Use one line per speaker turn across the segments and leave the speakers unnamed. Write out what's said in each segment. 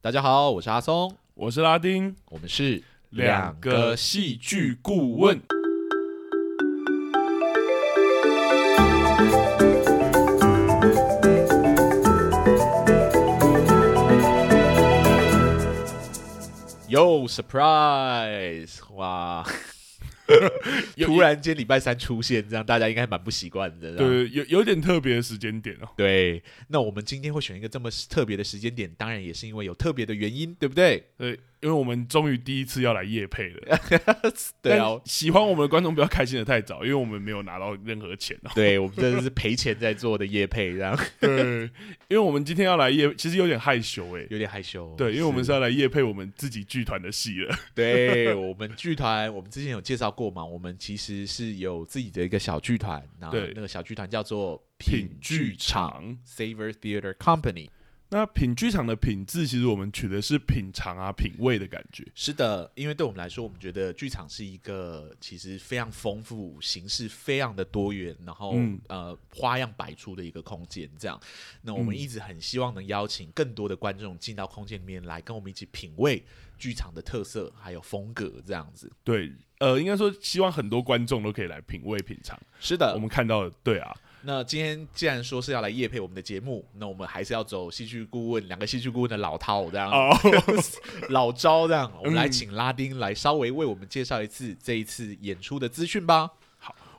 大家好，我是阿松，
我是拉丁，
我们是
两个戏剧顾问。
Yo surprise！哇， 突然间礼拜三出现，这样大家应该蛮不习惯的。这样
对，有有点特别的时间点哦。
对，那我们今天会选一个这么特别的时间点，当然也是因为有特别的原因，对不对？
对，因为我们终于第一次要来夜配 了。
对啊
但，喜欢我们的观众不要开心的太早，因为我们没有拿到任何钱哦。
对我们真的是赔钱在做的业配，这样
对， 因为我们今天要来夜，其实有点害羞哎、
有点害羞。
对，因为我们
是
是要来夜配我们自己剧团的戏了。
对我们剧团，我们之前有介绍过嘛，我们其实是有自己的一个小剧团，那
对
那个小剧团叫做
品剧
场
场，
Savor Theater Company。
那品剧场的品质，其实我们取的是品尝啊、品味的感觉。
是的，因为对我们来说，我们觉得剧场是一个其实非常丰富、形式非常的多元，然后、
嗯
呃花样百出的一个空间。这样，那我们
嗯
一直很希望能邀请更多的观众进到空间里面来，跟我们一起品味剧场的特色还有风格这样子。
对，呃，应该说希望很多观众都可以来品味品尝。
是的
我，们看到的，对啊，
那今天既然说是要来夜配我们的节目，那我们还是要走戏剧顾问两个戏剧顾问的老套这样、
哦，
老招这样，我们来
嗯
请拉丁来稍微为我们介绍一次这一次演出的资讯吧。
嗯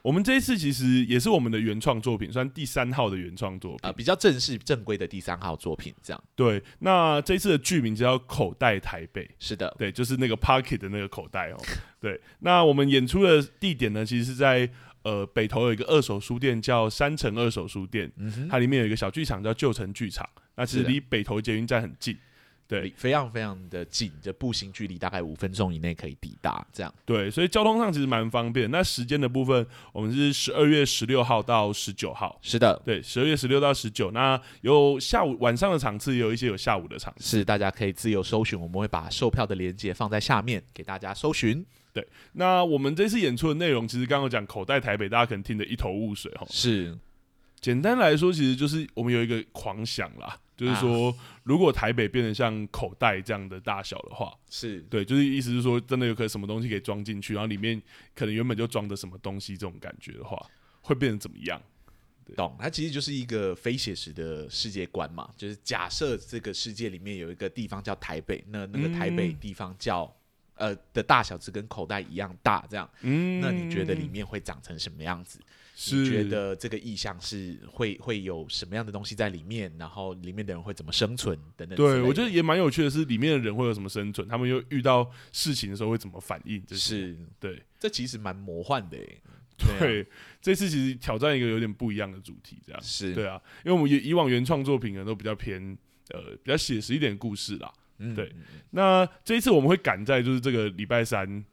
我们这一次其实也是我们的原创作品，算第三号的原创作品。
啊、比较正式正规的第三号作品，这样
对，那这一次的剧名叫《口袋台北》，
是的，
对，就是那个 pocket 的那个口袋哦。 对，那我们演出的地点呢，其实是在呃北投有一个二手书店叫山城二手书店，
嗯哼，
它里面有一个小剧场叫旧城剧场，那其
是
实
的
离北投捷运站很近。对
离非常非常的近，这步行距离大概五分钟以内可以抵达，这样
对，所以交通上其实蛮方便。那时间的部分，我们是十二月十六号到十九号。
是的，
对，十二月十六到十九，那有下午晚上的场次，也有一些有下午的场次。
是大家可以自由搜寻，我们会把售票的链接放在下面给大家搜寻，
那我们这次演出的内容，其实刚刚有讲口袋台北，大家可能听得一头雾水哈。
是
简单来说，其实就是我们有一个狂想啦，就是说，
啊
如果台北变得像口袋这样的大小的话，
是
对，就是意思是说，真的有可能什么东西可以装进去，然后里面可能原本就装的什么东西，这种感觉的话，会变成怎么样？
懂，它其实就是一个非写实的世界观嘛，就是假设这个世界里面有一个地方叫台北，那那个台北
嗯
地方叫、呃的大小是跟口袋一样大，这样，
嗯
那你觉得里面会长成什么样子？
是
你觉得这个意向是会会有什么样的东西在里面？然后里面的人会怎么生存等等之类的？
对，我觉得也蛮有趣的是，里面的人会有什么生存，他们又遇到事情的时候会怎么反应，这些
是
对
这其实蛮魔幻的诶。啊
对。这次其实挑战一个有点不一样的主题，这样
是
对啊，因为我们以以往原创作品可能都比较偏呃比较写实一点的故事啦。
嗯
对那这一次我们会赶在就是这个礼拜三，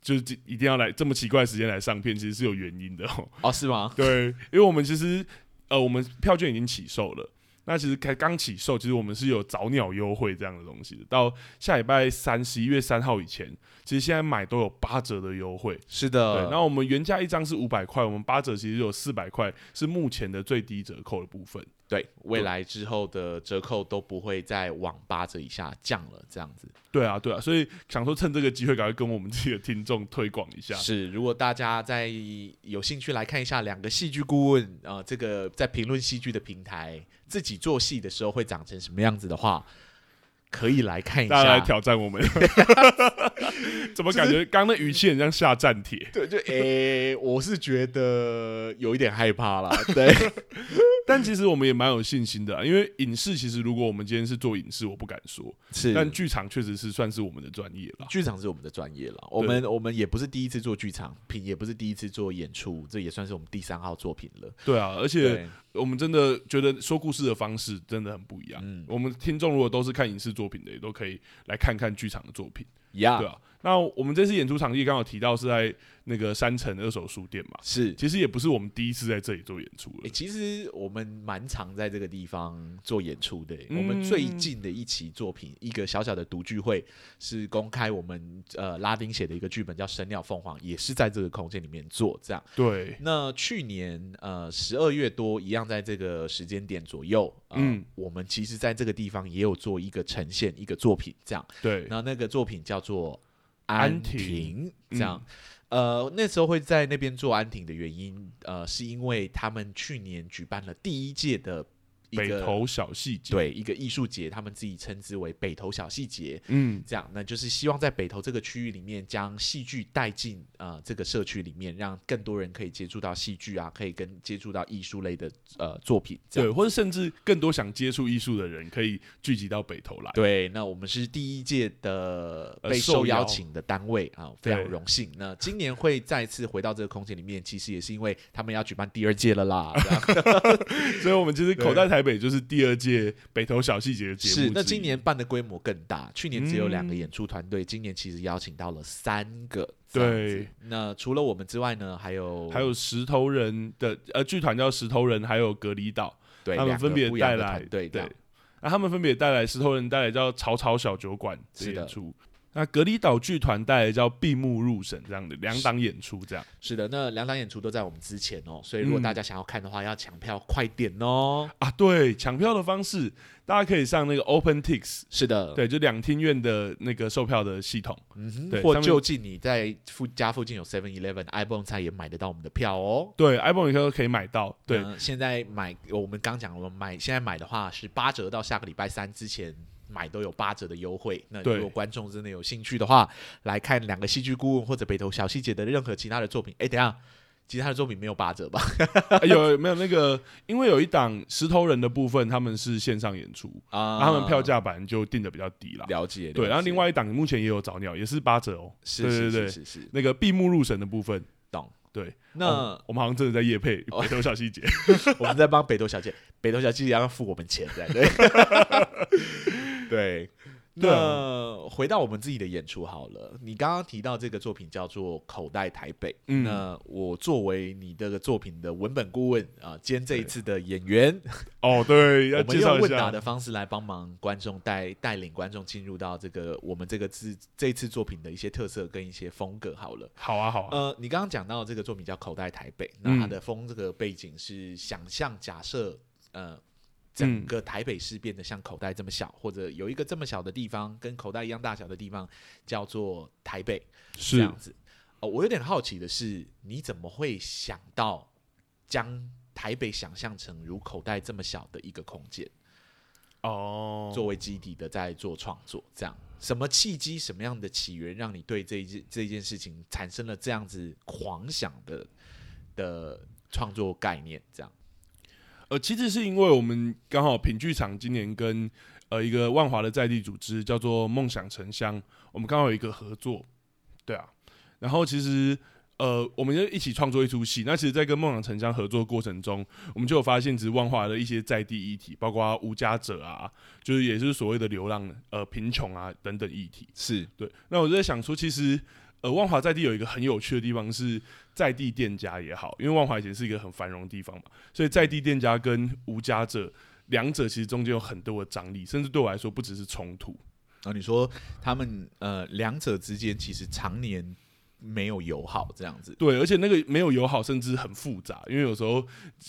就是这一定要来这么奇怪的时间来上片，其实是有原因的、哦。
哦，是吗？
对，因为我们其实呃，我们票券已经起售了。那其实开刚起售，其实我们是有早鸟优惠这样的东西的。到下礼拜三，十一月三号以前，其实现在买都有八折的优惠。
是
对，
的。
那我们原价一张是五百块，我们八折其实有四百块，是目前的最低折扣的部分。
对未来之后的折扣都不会再往八折以下降了，这样子。
对啊，对啊，所以想说趁这个机会，赶快跟我们自己的听众推广一下。
是，如果大家在有兴趣来看一下两个戏剧顾问啊、呃这个在评论戏剧的平台自己做戏的时候会长成什么样子的话，可以来看一
大家来
下。
挑战我们， 怎么感觉刚刚那语气很像下战帖？
对，就诶、我是觉得有一点害怕啦。 对，
但其实我们也蛮有信心的啊、因为影视其实如果我们今天是做影视，我不敢说，
是
但剧场确实是算是我们的专业了。
剧场是我们的专业了，我们我们也不是第一次做剧场，品也不是第一次做演出，这也算是我们第三号作品了。
对啊，而且，我们真的觉得说故事的方式真的很不一样。
嗯
我们听众如果都是看影视作品的，也都可以来看看剧场的作品，
呀
对，啊。那我们这次演出场地刚好提到是在那个山城二手书店嘛，
是。
其实也不是我们第一次在这里做演出
诶
了。
欸其实我们蛮常在这个地方做演出的、欸
嗯
我们最近的一期作品，一个小小的读剧会，是公开我们呃拉丁写的一个剧本，叫《神鸟凤凰》，也是在这个空间里面做这样。
对，
那去年呃十二月多，一样在这个时间点左右，呃、
嗯
我们其实在这个地方也有做一个呈呈现一个作品这样。
对，
然后那个作品叫做《
安
安
亭
亭》，这
嗯
样。呃，那时候会在那边做安亭的原因，呃，是因为他们去年举办了第一届的一
北
个
投小细节，，
对一个艺术节，他们自己称之为北投小戏节。
嗯，
这样，那就是希望在北投这个区域里面，将戏剧带进呃这个社区里面，让更多人可以接触到戏剧啊，可以跟接触到艺术类的呃作品。这样。
对，或者甚至更多想接触艺术的人可以聚集到北投来。
对，那我们是第一届的
呃
被
受
受
邀
邀请的单位啊，非常
对
荣幸。那今年会再次回到这个空间里面，其实也是因为他们要举办第二届了啦。这 样
所以，我们其实
对
口袋台北就是第二届北投小细节的节目之一。
是，那今年办的规模更大，去年只有两个
嗯
演出团队，今年其实邀请到了三个。
对
这样子，那除了我们之外呢，还有
还有石头人的呃剧团叫石头人，还有隔离岛，
对
他们
两个
分别
不一样
带
的
来
团队，这
对
样，
那、他们分别带来石头人带来叫草草小酒馆的
是的
演出，那隔离岛剧团带来叫闭目入神这样的两档演出这样。
是的，那两场演出都在我们之前哦，所以如果
嗯
大家想要看的话，要抢票快点哦。
啊，对，抢票的方式，大家可以上那个 OpenTix，
是的，
对，就两厅院的那个售票的系统。
嗯哼
对
或
上面
就近你在附家附近有 Seven Eleven、iPhone 菜也买得到我们的票哦。
对，iPhone 也都可以买到。对，
那现在买我们刚讲了，我们买现在买的话是八折，到下个礼拜三之前买都有八折的优惠。那
对
如果观众真的有兴趣的话，来看两个戏剧顾问或者北投小细节的任何其他的作品。哎，等一下，其他的作品没有八折 吧？
啊有有没有那个？因为有一档石头人的部分，他们是线上演出，
啊
那他们票价版就定的比较低啦。
了解。
对，然后另
外
外一档目前也有早鸟，也是八折哦。
是
对
是
对
是
对，
是是，
那个闭目入神的部分，
懂。
对，
那
哦我们好像真的在夜配
哦
北投小细节。
我们在帮北投小姐，北投小姐要付我们钱才对。 对，
对啊
那回到我们自己的演出好了。你刚刚提到这个作品叫做《口袋台北》，
嗯
那我作为你这个作品的文本顾问啊、兼这一次的演 员，
哦，对，要
我们
介
用
绍一
问答
下。
的方式来帮忙观众带带领观众进入到这个我们这个自这次作品的一些特色跟一些风格好了。
好啊，好啊，
呃，你刚刚讲到这个作品叫《口袋台北》，那它的风这个背景是想象假设呃。整个台北市变得像口袋这么小，或者有一个这么小的地方，跟口袋一样大小的地方，叫做台北，这
是
样子。哦，我有点好奇的是，你怎么会想到将台北想象成如口袋这么小的一个空间，
哦，
作为基底的在做创作？这样，什么契机，什么样的起源，让你对这一件这一件事情产生了这样子狂想的的创作概念？这样，
呃，其实是因为我们刚好品剧场今年跟呃一个万华的在地组织叫做梦想城乡，我们刚好有一个合作，对啊。然后其实呃，我们就一起创作一出戏。那其实，在跟梦想城乡合作过程中，我们就有发现，其实万华的一些在地议题，包括无家者啊，就是也就是所谓的流浪、呃贫穷啊等等议题。
是
对，那我就在想说，其实呃，万华在地有一个很有趣的地方是在地店家也好，因为万华以前是一个很繁荣的地方嘛，所以在地店家跟无家者两者其实中间有很多的张力，甚至对我来说不只是冲突。
然哦后你说他们呃两者之间其实常年没有友好，这样子。
对，而且那个没有友好，甚至很复杂，因为有时候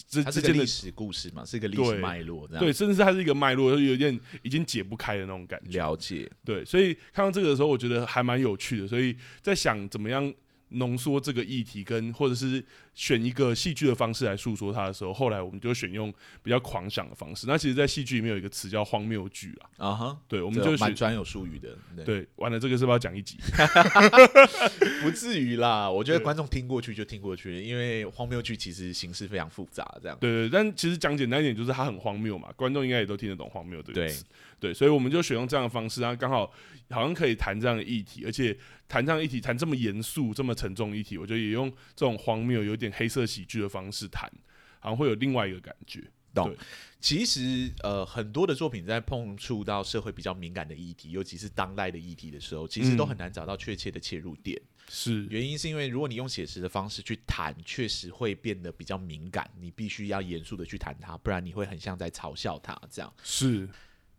这
它是
之
个
间的
历史啊故事嘛，是一个历史
对
脉络，这样
对，甚至它是一个脉络，就有点已经解不开的那种感觉。
了解，
对，所以看到这个的时候，我觉得还蛮有趣的，所以在想怎么样浓缩这个议题跟，或者是选一个戏剧的方式来诉说它的时候，后来我们就选用比较狂想的方式。那其实，在戏剧里面有一个词叫荒谬剧啊，
啊哈，
对，我
我
们就
蛮
选
专有术语的，对，
对，完了这个是不是要讲一集？
不至于啦。我觉得
对
观众听过去就听过去，因为荒谬剧其实形式非常复杂，这样
对对，但其实讲简单一点，就是它很荒谬嘛，观众应该也都听得懂荒谬这个
对
词。对，所以我们就选用这样的方式，然后刚好好像可以谈这样的议题，而且谈这样的议题，谈这么严肃、这么沉重的议题，我觉得也用这种荒谬、有点黑色喜剧的方式谈，好像会有另外一个感觉。
懂
对。
其实呃，很多的作品在碰触到社会比较敏感的议题，尤其是当代的议题的时候，其实都
嗯
很难找到确切的切入点。
是，
原因是因为如果你用写实的方式去谈，确实会变得比较敏感，你必须要严肃的去谈它，不然你会很像在嘲笑它这样。
是，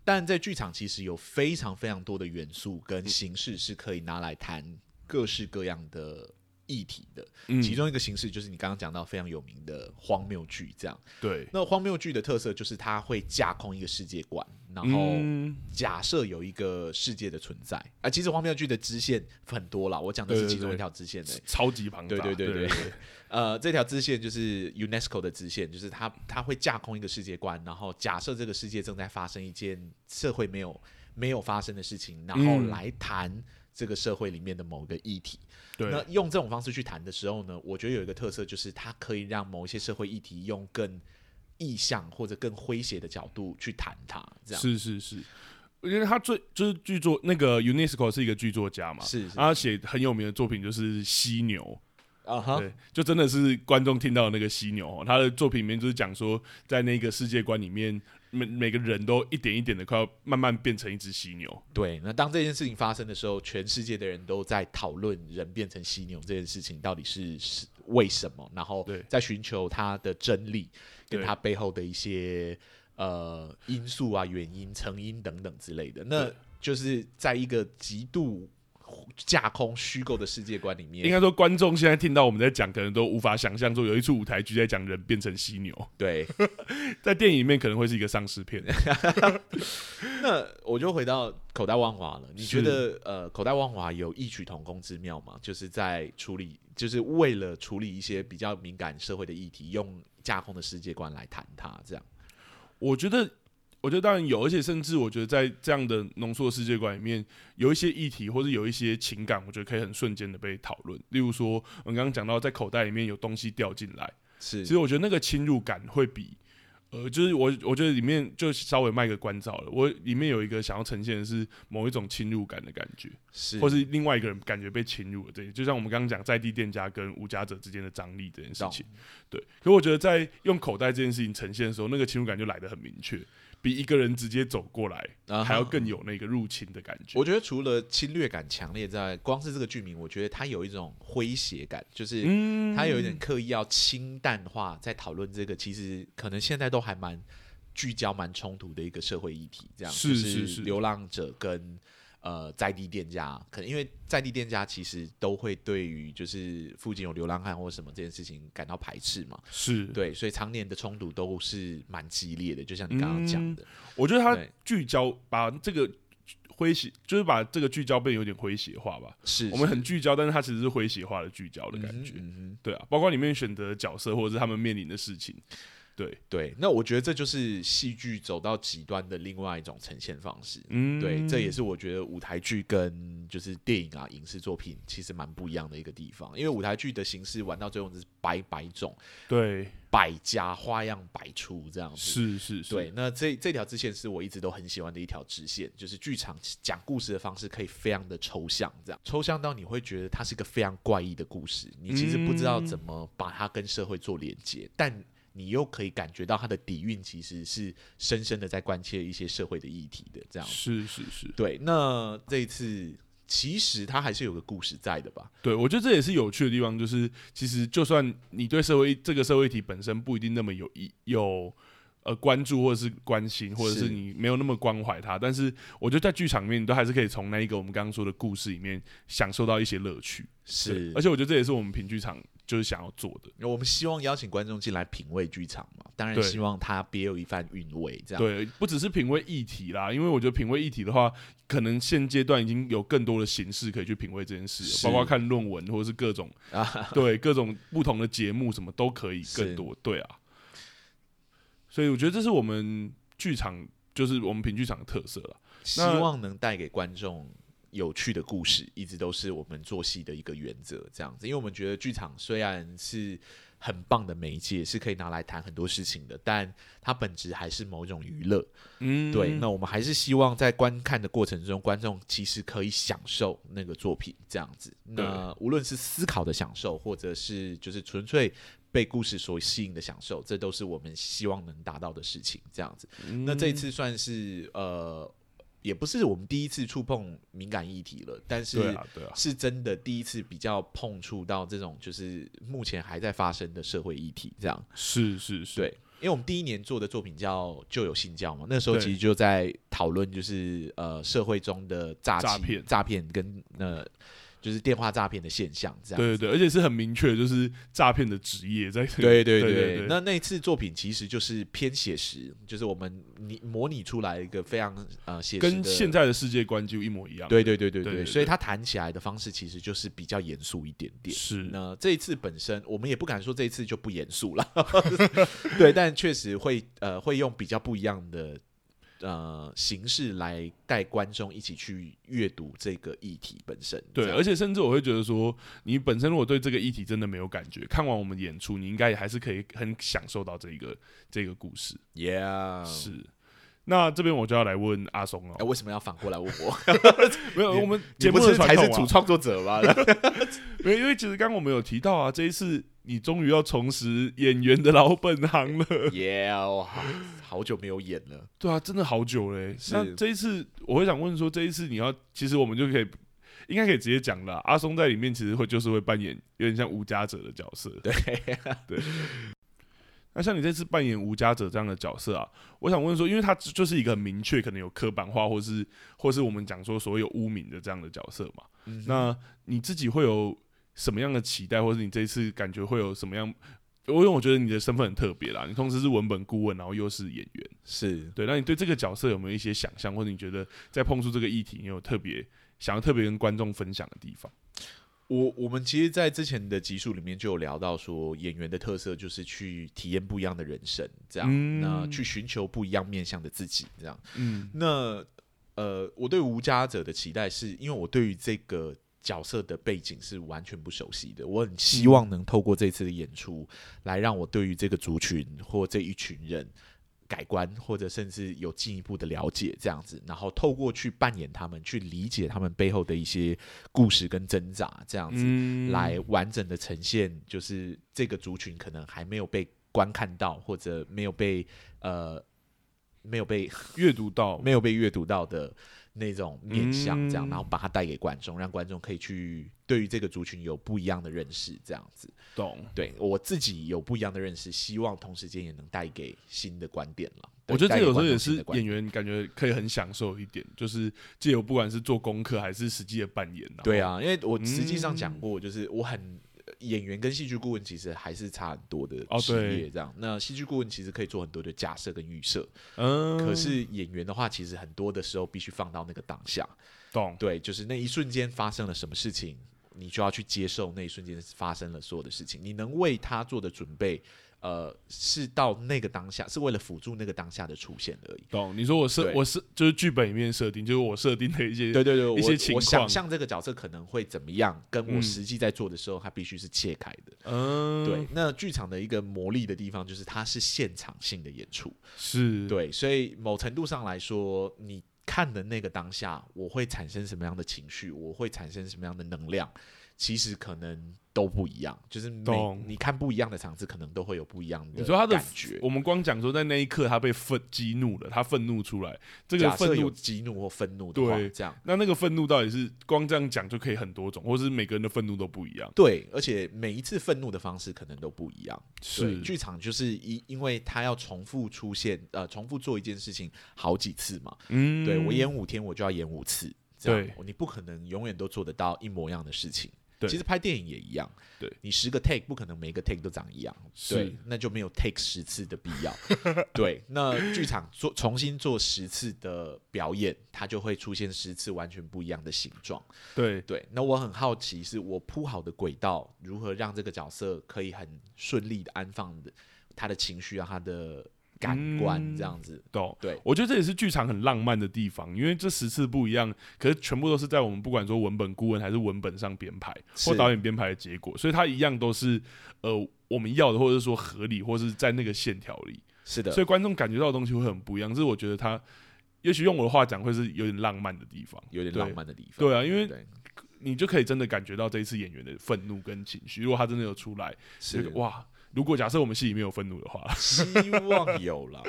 但在剧场其实有非常非常多的元素跟形式是可以拿来谈各式各样的议题的。
嗯，
其中一个形式就是你刚刚讲到非常有名的荒谬剧，这样。
对，
那荒谬剧的特色就是它会架空一个世界观，然后
嗯
假设有一个世界的存在啊。其实荒谬剧的支线很多啦，我讲的是其中一条支线的、
超级庞大，
对对对
对
对，呃，这条支线就是 UNESCO 的支线，就是它它会架空一个世界观，然后假设这个世界正在发生一件社会没有没有发生的事情，然后
嗯
来谈这个社会里面的某个议题。
对
那用这种方式去谈的时候呢，我觉得有一个特色就是它可以让某一些社会议题用更意向或者更诙谐的角度去谈它，这样
是是是，因为他最就是剧作那个 UNESCO 是一个剧作家嘛，
是是
然后他写很有名的作品就是《犀牛》。
啊哈，
对，就真的是观众听到的那个犀牛哦，他的作品里面就是讲说，在那个世界观里面，每每个人都一点一点的快要慢慢变成一只犀牛。
对。那当这件事情发生的时候，全世界的人都在讨论人变成犀牛这件事情到底是是为什么，然后
对
在寻求它的真理跟
对
它背后的一些呃因素啊、原因、成因等等之类的。那
对
就是在一个极度架空虚构的世界观里面
应，该说，观众现在听到我们在讲，可能都无法想象说有一出舞台剧在讲人变成犀牛，
对，
在电影里面可能会是一个丧尸片。
那我就回到口袋万华了。你觉
是
得呃，口袋万华有异曲同工之妙吗？就是在处理，就是为了处理一些比较敏感社会的议题，用架空的世界观来谈它，这样。
我觉得，我觉得当然有，而且甚至我觉得在这样的浓缩的世界观里面，有一些议题或者有一些情感，我觉得可以很瞬间的被讨论。例如说，我们刚刚讲到在口袋里面有东西掉进来。
是
其实我觉得那个侵入感会比，呃，就是我我觉得里面就稍微卖个关照了。我里面有一个想要呈现的是某一种侵入感的感觉，
是，
或是另外一个人感觉被侵入了。对，就像我们刚刚讲在地店家跟无家者之间的张力这件事
懂
情，对。可我觉得在用口袋这件事情呈现的时候，那个侵入感就来得很明确，比一个人直接走过来
啊哈
还要更有那个入侵的感觉。
我觉得除了侵略感强烈之外，光是这个剧名，我觉得它有一种诙谐感，就是
嗯
它有一点刻意要清淡化，在讨论这个其实可能现在都还蛮聚焦、蛮冲突的一个社会议题，这样
是
就是
是
是流浪者跟呃在地店家，可能因为在地店家其实都会对于就是附近有流浪汉或什么这件事情感到排斥嘛，
是
对，所以常年的冲突都是蛮激烈的，就像你刚刚讲的，
我觉得他
对
聚焦把这个诙谐，就是把这个聚焦变有点诙谐化吧。
是
我们很聚焦，但是它其实是诙谐化的聚焦的
是
感觉。
嗯哼嗯哼
对啊，包括里面选择的角色或者是他们面临的事情。对，
对，那我觉得这就是戏剧走到极端的另外一种呈现方式，
嗯
对，这也是我觉得舞台剧跟就是电影啊、影视作品其实蛮不一样的一个地方，因为舞台剧的形式玩到最后就是百百种、
嗯对，
百家花样百出这样子。
是是是，
对，那这这条支线是我一直都很喜欢的一条支线，就是剧场讲故事的方式可以非常的抽象，这样抽象到你会觉得它是一个非常怪异的故事，你其实不知道
嗯
怎么把它跟社会做连接，但你又可以感觉到它的底蕴其实是深深的在关切一些社会的议题的这样子
是是是，
对，那这一次其实它还是有个故事在的吧？
对我觉得这也是有趣的地方，就是其实就算你对社会这个社会议题本身不一定那么有意有。呃，关注或者是关心，或者是
是
你没有那么关怀它，但是我觉得在剧场里面，你都还是可以从那一个我们刚刚说的故事里面享受到一些乐趣。对而
而且
且我觉得这也是我们评剧场就是想要做的。
我们希望邀请观众进来品味剧场嘛，当然
对
希望它别有一番韵味，这样
对，不只是品味议题啦，因为我觉得品味议题的话，可能现阶段已经有更多的形式可以去品味这件事了，
是
包括看论文或者是各种
啊，
对各种不同的节目什么都可以
是
更多，对啊。所以我觉得这是我们剧场，就是我们品剧场的特色了。
希望能带给观众。有趣的故事一直都是我们做戏的一个原则，这样子，因为我们觉得剧场虽然是很棒的媒介，是可以拿来谈很多事情的，但它本质还是某种娱乐。
嗯，
对，那我们还是希望在观看的过程中，观众其实可以享受那个作品这样子。那无论是思考的享受，或者是就是纯粹被故事所吸引的享受，这都是我们希望能达到的事情。这样子，
嗯
那这一次算是呃，也不是我们第一次触碰敏感议题了，但是
对啊，对啊，
是真的第一次比较碰触到这种就是目前还在发生的社会议题这样。
是是是，
对，因为我们第一年做的作品叫《就有信教》嘛，那时候
对
其实就在讨论就是呃社会中的诈欺
诈骗
诈骗跟呃就是电话诈骗的现象，这样
对对对，而且是很明确，就是诈骗的职业在这
对
里。
对
对
对
对
那那次作品其实就是偏写实，就是我们拟模拟出来一个非常呃写实的，
跟现在的世界观几乎一模一样。
对对对对
对
对，
对
所以他谈起来的方式其实就是比较严肃一点点。
是
那这一次本身，我们也不敢说这一次就不严肃 了，对，但确实会呃会用比较不一样的呃形式来带观众一起去阅读这个议题本身。
对，
这样
而且甚至我会觉得说，你本身如果对这个议题真的没有感觉，看完我们演出，你应该也还是可以很享受到这一个这个故事。
，Yeah，
是。那这边我就要来问阿松了
哎、，为什么要反过 来问我？
没有，我们
你
节
不
目
是
的
才
传
是
统
主
啊
创作者 吗？
没有，因为其实刚刚我们有提到啊，这一次你终于要重拾演员的老本行了，
Yeah，哇，好久没有演了。
对啊，真的好久嘞、
是
那这一次我会想问说，这一次你要，其实我们就可以，应该可以直接讲了啊、阿松在里面其实会就是会扮演有点像无家者的角色，
对，
那像你这次扮演无家者这样的角色啊，我想问说，因为他就是一个很明确可能有刻板化，或是或是我们讲说所谓有污名的这样的角色嘛，
嗯
那你自己会有什么样的期待，或者你这一次感觉会有什么样？因为我觉得你的身份很特别啦，你同时是文本顾问，然后又是演员，
是
对。那你对这个角色有没有一些想象，或者你觉得在碰触这个议题，你有特别想要特别跟观众分享的地方？
我我们其实，在之前的集数里面就有聊到说，演员的特色就是去体验不一样的人生，这样，
嗯
那去寻求不一样面向的自己，这样。
嗯，
那呃，我对无家者的期待是，因为我对于这个角色的背景是完全不熟悉的，我很希望能透过这次的演出，来让我对于这个族群或这一群人改观，或者甚至有进一步的了解，这样子，然后透过去扮演他们，去理解他们背后的一些故事跟挣扎，这样子。
嗯
来完整的呈现，就是这个族群可能还没有被观看到，或者没有被呃没有被
阅读到，
没有被阅读到的那种面向，这样，
嗯
然后把它带给观众，让观众可以去对于这个族群有不一样的认识，这样子。
懂。
对我自己有不一样的认识，希望同时间也能带给新的观点了。对
我觉得
带
这
给
有时候
观众
也
新
是
的观
演
点
员感觉可以很享受一点，就是借由不管是做功课还是实际的扮演、啊，
对，啊，因为我实际上讲
嗯
过，就是我很。演员跟戏剧顾问其实还是差很多的
哦
职
对
业，这样。那戏剧顾问其实可以做很多的假设跟预设，
嗯，
可是演员的话，其实很多的时候必须放到那个当下，
懂，
对，就是那一瞬间发生了什么事情，你就要去接受那一瞬间发生了所有的事情。你能为他做的准备，呃，是到那个当下，是为了辅助那个当下的出现而已。
懂，你说我设
对
我设就是剧本里面设定，就是我设定的一些，
对对对，
一些
我
情
我想
况
象这个角色可能会怎么样，跟我
嗯
实际在做的时候，它必须是切开的。
嗯，
对，，那剧场的一个魔力的地方就是它是现场性的演出，
是，，
对，所以某程度上来说，你看的那个当下，我会产生什么样的情绪，我会产生什么样的能量，其实可能都不一样。就是每
懂
你看不一样的场次，可能都会有不一样的
你说他的
感觉。
我们光讲说在那一刻他被愤激怒了，他愤怒出来，这个
假设
愤
有
怒，
激怒或愤怒的话
对，
这样
那那个愤怒到底是光这样讲就可以很多种，或是每个人的愤怒都不一样，
对，而且每一次愤怒的方式可能都不一样。对，
是，
剧场就是因因为他要重复出现，呃，重复做一件事情好几次嘛，
嗯
对我演五天，我就要演五次。这样
对，
你不可能永远都做得到一模一样的事情。
对
其实拍电影也一样，
对
你十个 take 不可能每个 take 都长一样，对
是，
那就没有 take 十次的必要。 对，那剧场做重新做十次的表演，它就会出现十次完全不一样的形状。
对，
对，那我很好奇，是我铺好的轨道如何让这个角色可以很顺利的安放的他的情绪啊，他的感官
嗯
这样子。
懂。
对，
我觉得这也是剧场很浪漫的地方，因为这十次不一样，可是全部都是在我们不管说文本顾问还是文本上编排
是
或导演编排的结果，所以它一样都是呃我们要的，或者是说合理，或是在那个线条里，
是的
所，以观众感觉到的东西会很不一样。这是我觉得它，也许用我的话讲，会是有点浪漫的地方。
有点
对
浪漫的地方。
对啊，因为
对
你就可以真的感觉到这一次演员的愤怒跟情绪，如果他真的有出来，
是
就哇。如果假设我们戏里面有愤怒的话，
希望有 了。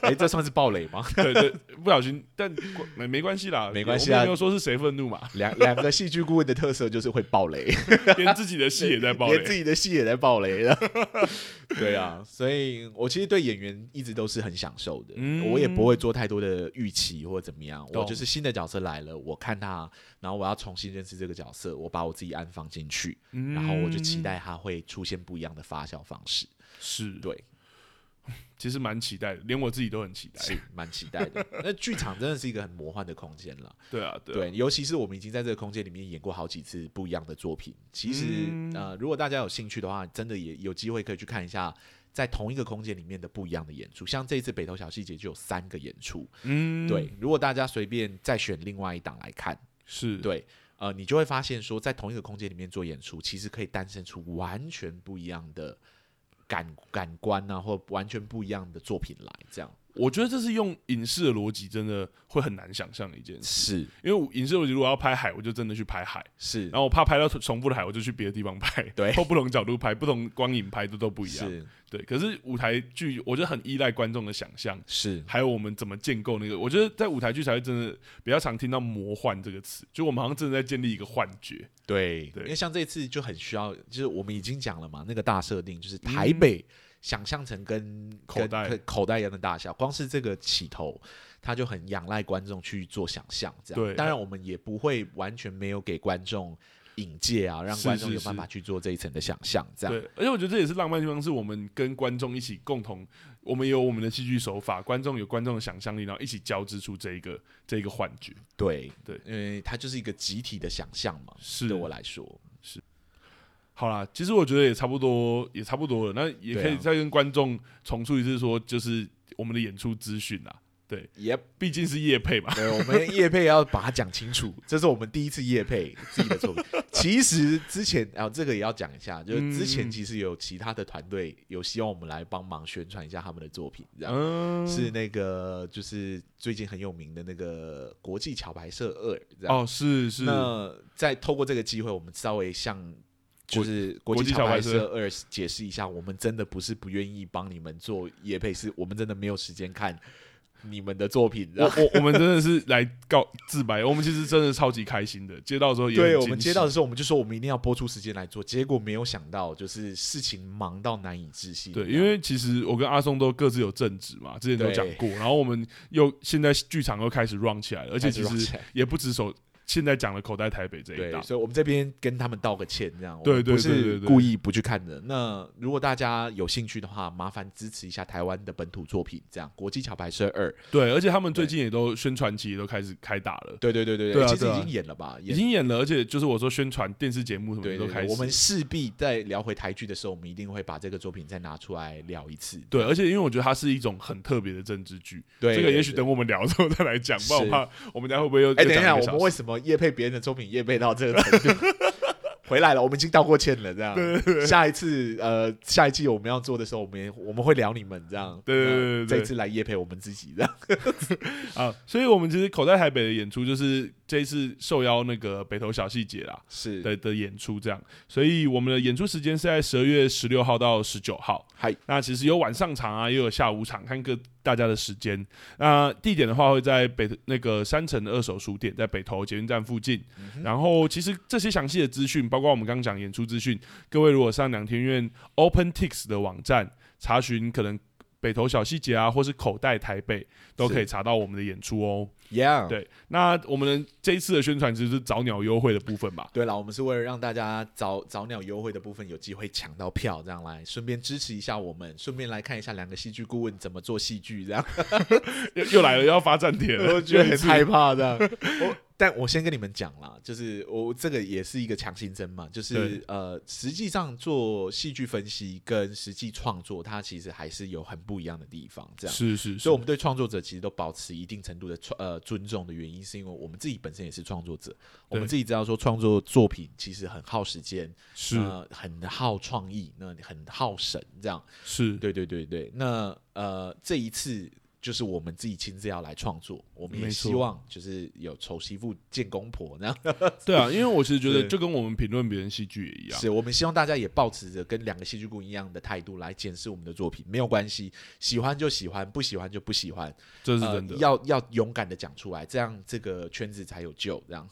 哎、这算是暴雷吗？
对对， 不小心，但没没关系啦，
没关系啊
我们没有说是谁愤 怒嘛，
两两个戏剧顾问的特色就是会暴雷，
连自己的戏也在爆
连自
雷。
己的戏也在暴雷了。 对啊，所以我其实对演员一直都是很享受的，
嗯
我也不会做太多的预期或怎么样。我
懂
就是新的角色来了，我看他，然后我要重新认识这个角色，我把我自己安放进去，
嗯
然后我就期待他会出现不一样的发酵方式。
是，
对，
其实蛮期待的，连我自己都很期待。
是蛮期待 的。那剧场真的是一个很魔幻的空间了。
对啊，对啊，
对，尤其是我们已经在这个空间里面演过好几次不一样的作品。其实，
嗯
呃，如果大家有兴趣的话，真的也有机会可以去看一下，在同一个空间里面的不一样的演出。像这一次北投小细节就有三个演出。
嗯，
对，，如果大家随便再选另外一档来看，
是，
对，呃，你就会发现说，在同一个空间里面做演出，其实可以诞生出完全不一样的感感官啊，或完全不一样的作品来。这样
我觉得这是用影视的逻辑，真的会很难想象的一件事。
是
因为我影视逻辑，如果要拍海，我就真的去拍海；
是
然后我怕拍到 重重复的海，我就去别的地方拍，
对
或不同角度拍，不同光影拍，这都不一样。
是
对，可是舞台剧，我觉得很依赖观众的想象，
是
还有我们怎么建构那个。我觉得在舞台剧才会真的比较常听到“魔幻”这个词，就我们好像真的在建立一个幻觉。
对，
对
因为像这次就很需要，就是我们已经讲了嘛，那个大设定就是台北想象成跟
口
跟
袋
跟口袋一样的大小，光是这个起头，它就很仰赖观众去做想象。这样，
对
当然我们也不会完全没有给观众引介啊，让
是
观众
是
有办
是
法去做这一层的想象。这样
对，而且我觉得这也是浪漫的地方，是我们跟观众一起共同，我们有我们的戏剧手法，观众有观众的想象力，然后一起交织出这一个这一个幻觉。
对
对
因为它就是一个集体的想象嘛。
是
对我来说，
好啦，其实我觉得也差不多，也差不多了。那也可
对
以
啊
再跟观众重述一次说就是我们的演出资讯啦。对，
也
毕竟是业配嘛。
对，我们叶配要把它讲清楚，这是我们第一次叶配自己的作品。其实之前啊、这个也要讲一下，就是之前
嗯
其实有其他的团队有希望我们来帮忙宣传一下他们的作品，这样、
嗯，
是那个就是最近很有名的那个国际桥牌社二，这样。
哦，是是，
那再透过这个机会，我们稍微向。就是国
国
际
际
桥
桥
牌
牌
社
社
二解释一下，我们真的不是不愿意帮你们做叶配，是我们真的没有时间看你们的作品。
我我我们真的是来告自白，我们其实真的超级开心的，接到之后也很
对
惊
我们
喜
接到的时候，我们就说我们一定要播出时间来做，结果没有想到就是事情忙到难以置信。
对，因为其实我跟阿松都各自有正职嘛，之前都讲
对
过，然后我们又现在剧场又开始 run 起来了，而且
开始
其
run 起
实
来
也不止手现在讲了口袋台北这一
对，
档，
所以我们这边跟他们道个歉，这样我
对
们
对
不
对
是
对对
故意不去看的。那如果大家有兴趣的话，麻烦支持一下台湾的本土作品，这样《国际桥牌社二》。
对，而且他们最近也都宣传期也都开始开打了，
对对对对
对啊
其实
对
已
啊
经演了吧，
已
演
经演了，而且就是我说宣传电视节目什么
对
的都
对
开
对，
始，
我们势必在聊回台剧的时候，我们一定会把这个作品再拿出来聊一次。
对，而且因为我觉得它是一种很特别的政治剧，
对，
这个
对
也许
对
等我们聊之后再来讲，不然
是
我怕我们家会不会又
哎、
又
等一
讲
下，
个
我
小
们
时
为什么夜配别人的作品夜配到这个程 度？回来了，我们已经道过歉了，这样。下一次，呃，下一季我们要做的时候，我们也我们会聊你们这样。
对对对
那
对对
这次来夜配我们自己这样。
啊，所以我们其实口袋台北的演出就是这一次受邀那个北投小细节啦
是，
的的演出这样，所以我们的演出时间是在十二月十六号到十九号。
嗨，
那其实有晚上场啊，也有下午场，看各大家的时间。那地点的话会在北那个山城的二手书店，在北投捷运站附近。
嗯
然后其实这些详细的资讯，包括我们刚刚讲演出资讯，各位如果上两天院 OpenTix 的网站查询，可能北投小细节啊，或是口袋台北，都可以查到我们的演出哦。
Yeah。
对，那我们的这一次的宣传其实是早鸟优惠的部分吧。
对了，我们是为了让大家早早鸟优惠的部分有机会抢到票，这样来顺便支持一下我们，顺便来看一下两个戏剧顾问怎么做戏剧，这样
又又来了，又要发站点了，
我觉得
又
很
一次
害怕这样。 我但我先跟你们讲啦，就是我这个也是一个强心针嘛，就是
对
呃，实际上做戏剧分析跟实际创作，它其实还是有很不一样的地方， 这样。
是是
所以，
是
我，们对创作者其实都保持一定程度的创呃尊重的原因，是因为我们自己本身也是创作者，我们自己知道说创作作品其实很耗时间，
是
呃、很耗创意，那很耗神，这样。
是
对对对对，那呃，这一次就是我们自己亲自要来创作，我们也
没错
希望就是有丑媳妇见公婆那样，
对啊，因为我其实觉得
对
就跟我们评论别人戏剧也一样，
是我们希望大家也保持着跟两个戏剧顾问一样的态度来检视我们的作品，没有关系，喜欢就喜欢，不喜欢就不喜欢，
这是
呃
真的。
要要勇敢的讲出来，这样这个圈子才有救，这样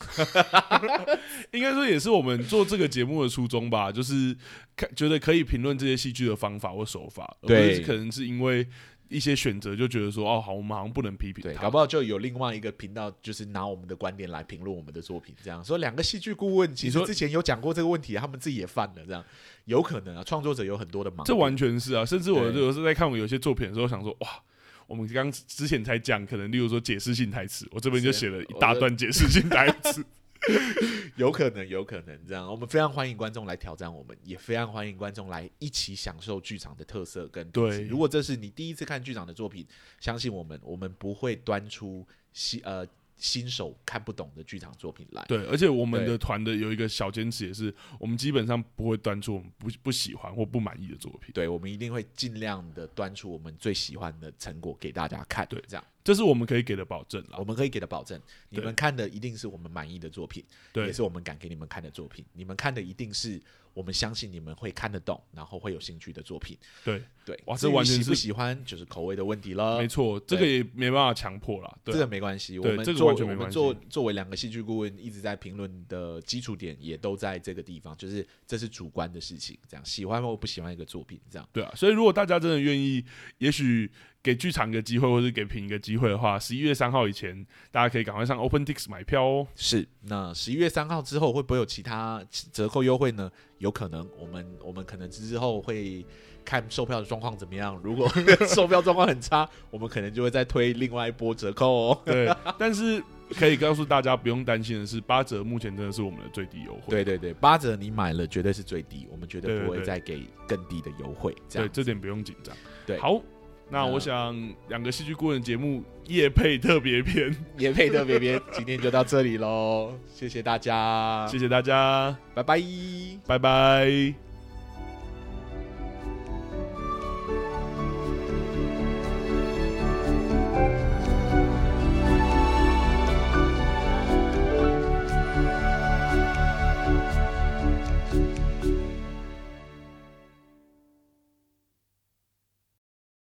应该说也是我们做这个节目的初衷吧，就是看觉得可以评论这些戏剧的方法或手法，而不
对
是可能是因为一些选择就觉得说哦好，我们好像不能批评
对，
他
搞。不好就有另外一个频道，就是拿我们的观点来评论我们的作品，这样说两个戏剧顾问其
你
实
说
之前有讲过这个问题，他们自己也犯了，这样有可能啊，创作者有很多的盲
这
点
完全是啊，甚至我
对
有时候在看我有些作品的时候，想说哇。我们刚之前才讲，可能例如说解释性台词，我这边就写了一大段解释性台词。
有可能，有可能这样。我们非常欢迎观众来挑战我们，也非常欢迎观众来一起享受剧场的特色跟品质
对
如果这是你第一次看剧场的作品，相信我们，我们不会端出新呃新手看不懂的剧场作品来。
对，而且我们
对
的团的有一个小坚持，也是我们基本上不会端出我们不不喜欢或不满意的作品。
对，我们一定会尽量的端出我们最喜欢的成果给大家看。
对
这样
这是我们可以给的保证啦
我。们可以给的保证，你
对
们看的一定是我们满意的作品，
对
也，是我们敢给你们看的作品。你们看的一定是我们相信你们会看得懂，然后会有兴趣的作品。
对，
对，
哇
至
这
于
完全
喜不
是
喜欢就是口味的问题了
没。错，这个也没办法强迫啦。
这
对
个
啊，
没关系，我
对
们
这个
作
完全
我
没
们
关系
作作为两个戏剧顾问一直在评论的基础点也都在这个地方，就是这是主观的事情，这样喜欢或不喜欢一个作品，这样
对啊。所以如果大家真的愿意，也许给剧场一个机会，或是给评一个机会的话，十一月三号以前，大家可以赶快上 OpenTix 买票哦。
是。那十一月三号之后会不会有其他折扣优惠呢？有可能，我们我们可能之后会看售票的状况怎么样。如果 售票状况很差，我们可能就会再推另外一波折扣哦。
对，但是可以告诉大家，不用担心的是，八折目前真的是我们的最低优惠。
对对对，八折你买了绝对是最低，我们绝
对
对
对
不会
对
再给更低的优惠。这
对，
样
这点不用紧张。
对
好，那
嗯
我想两个戏剧顾问节目夜配特别篇，
也配特别 篇，今天就到这里喽，谢谢大家，
谢谢大家，
拜拜。
拜拜。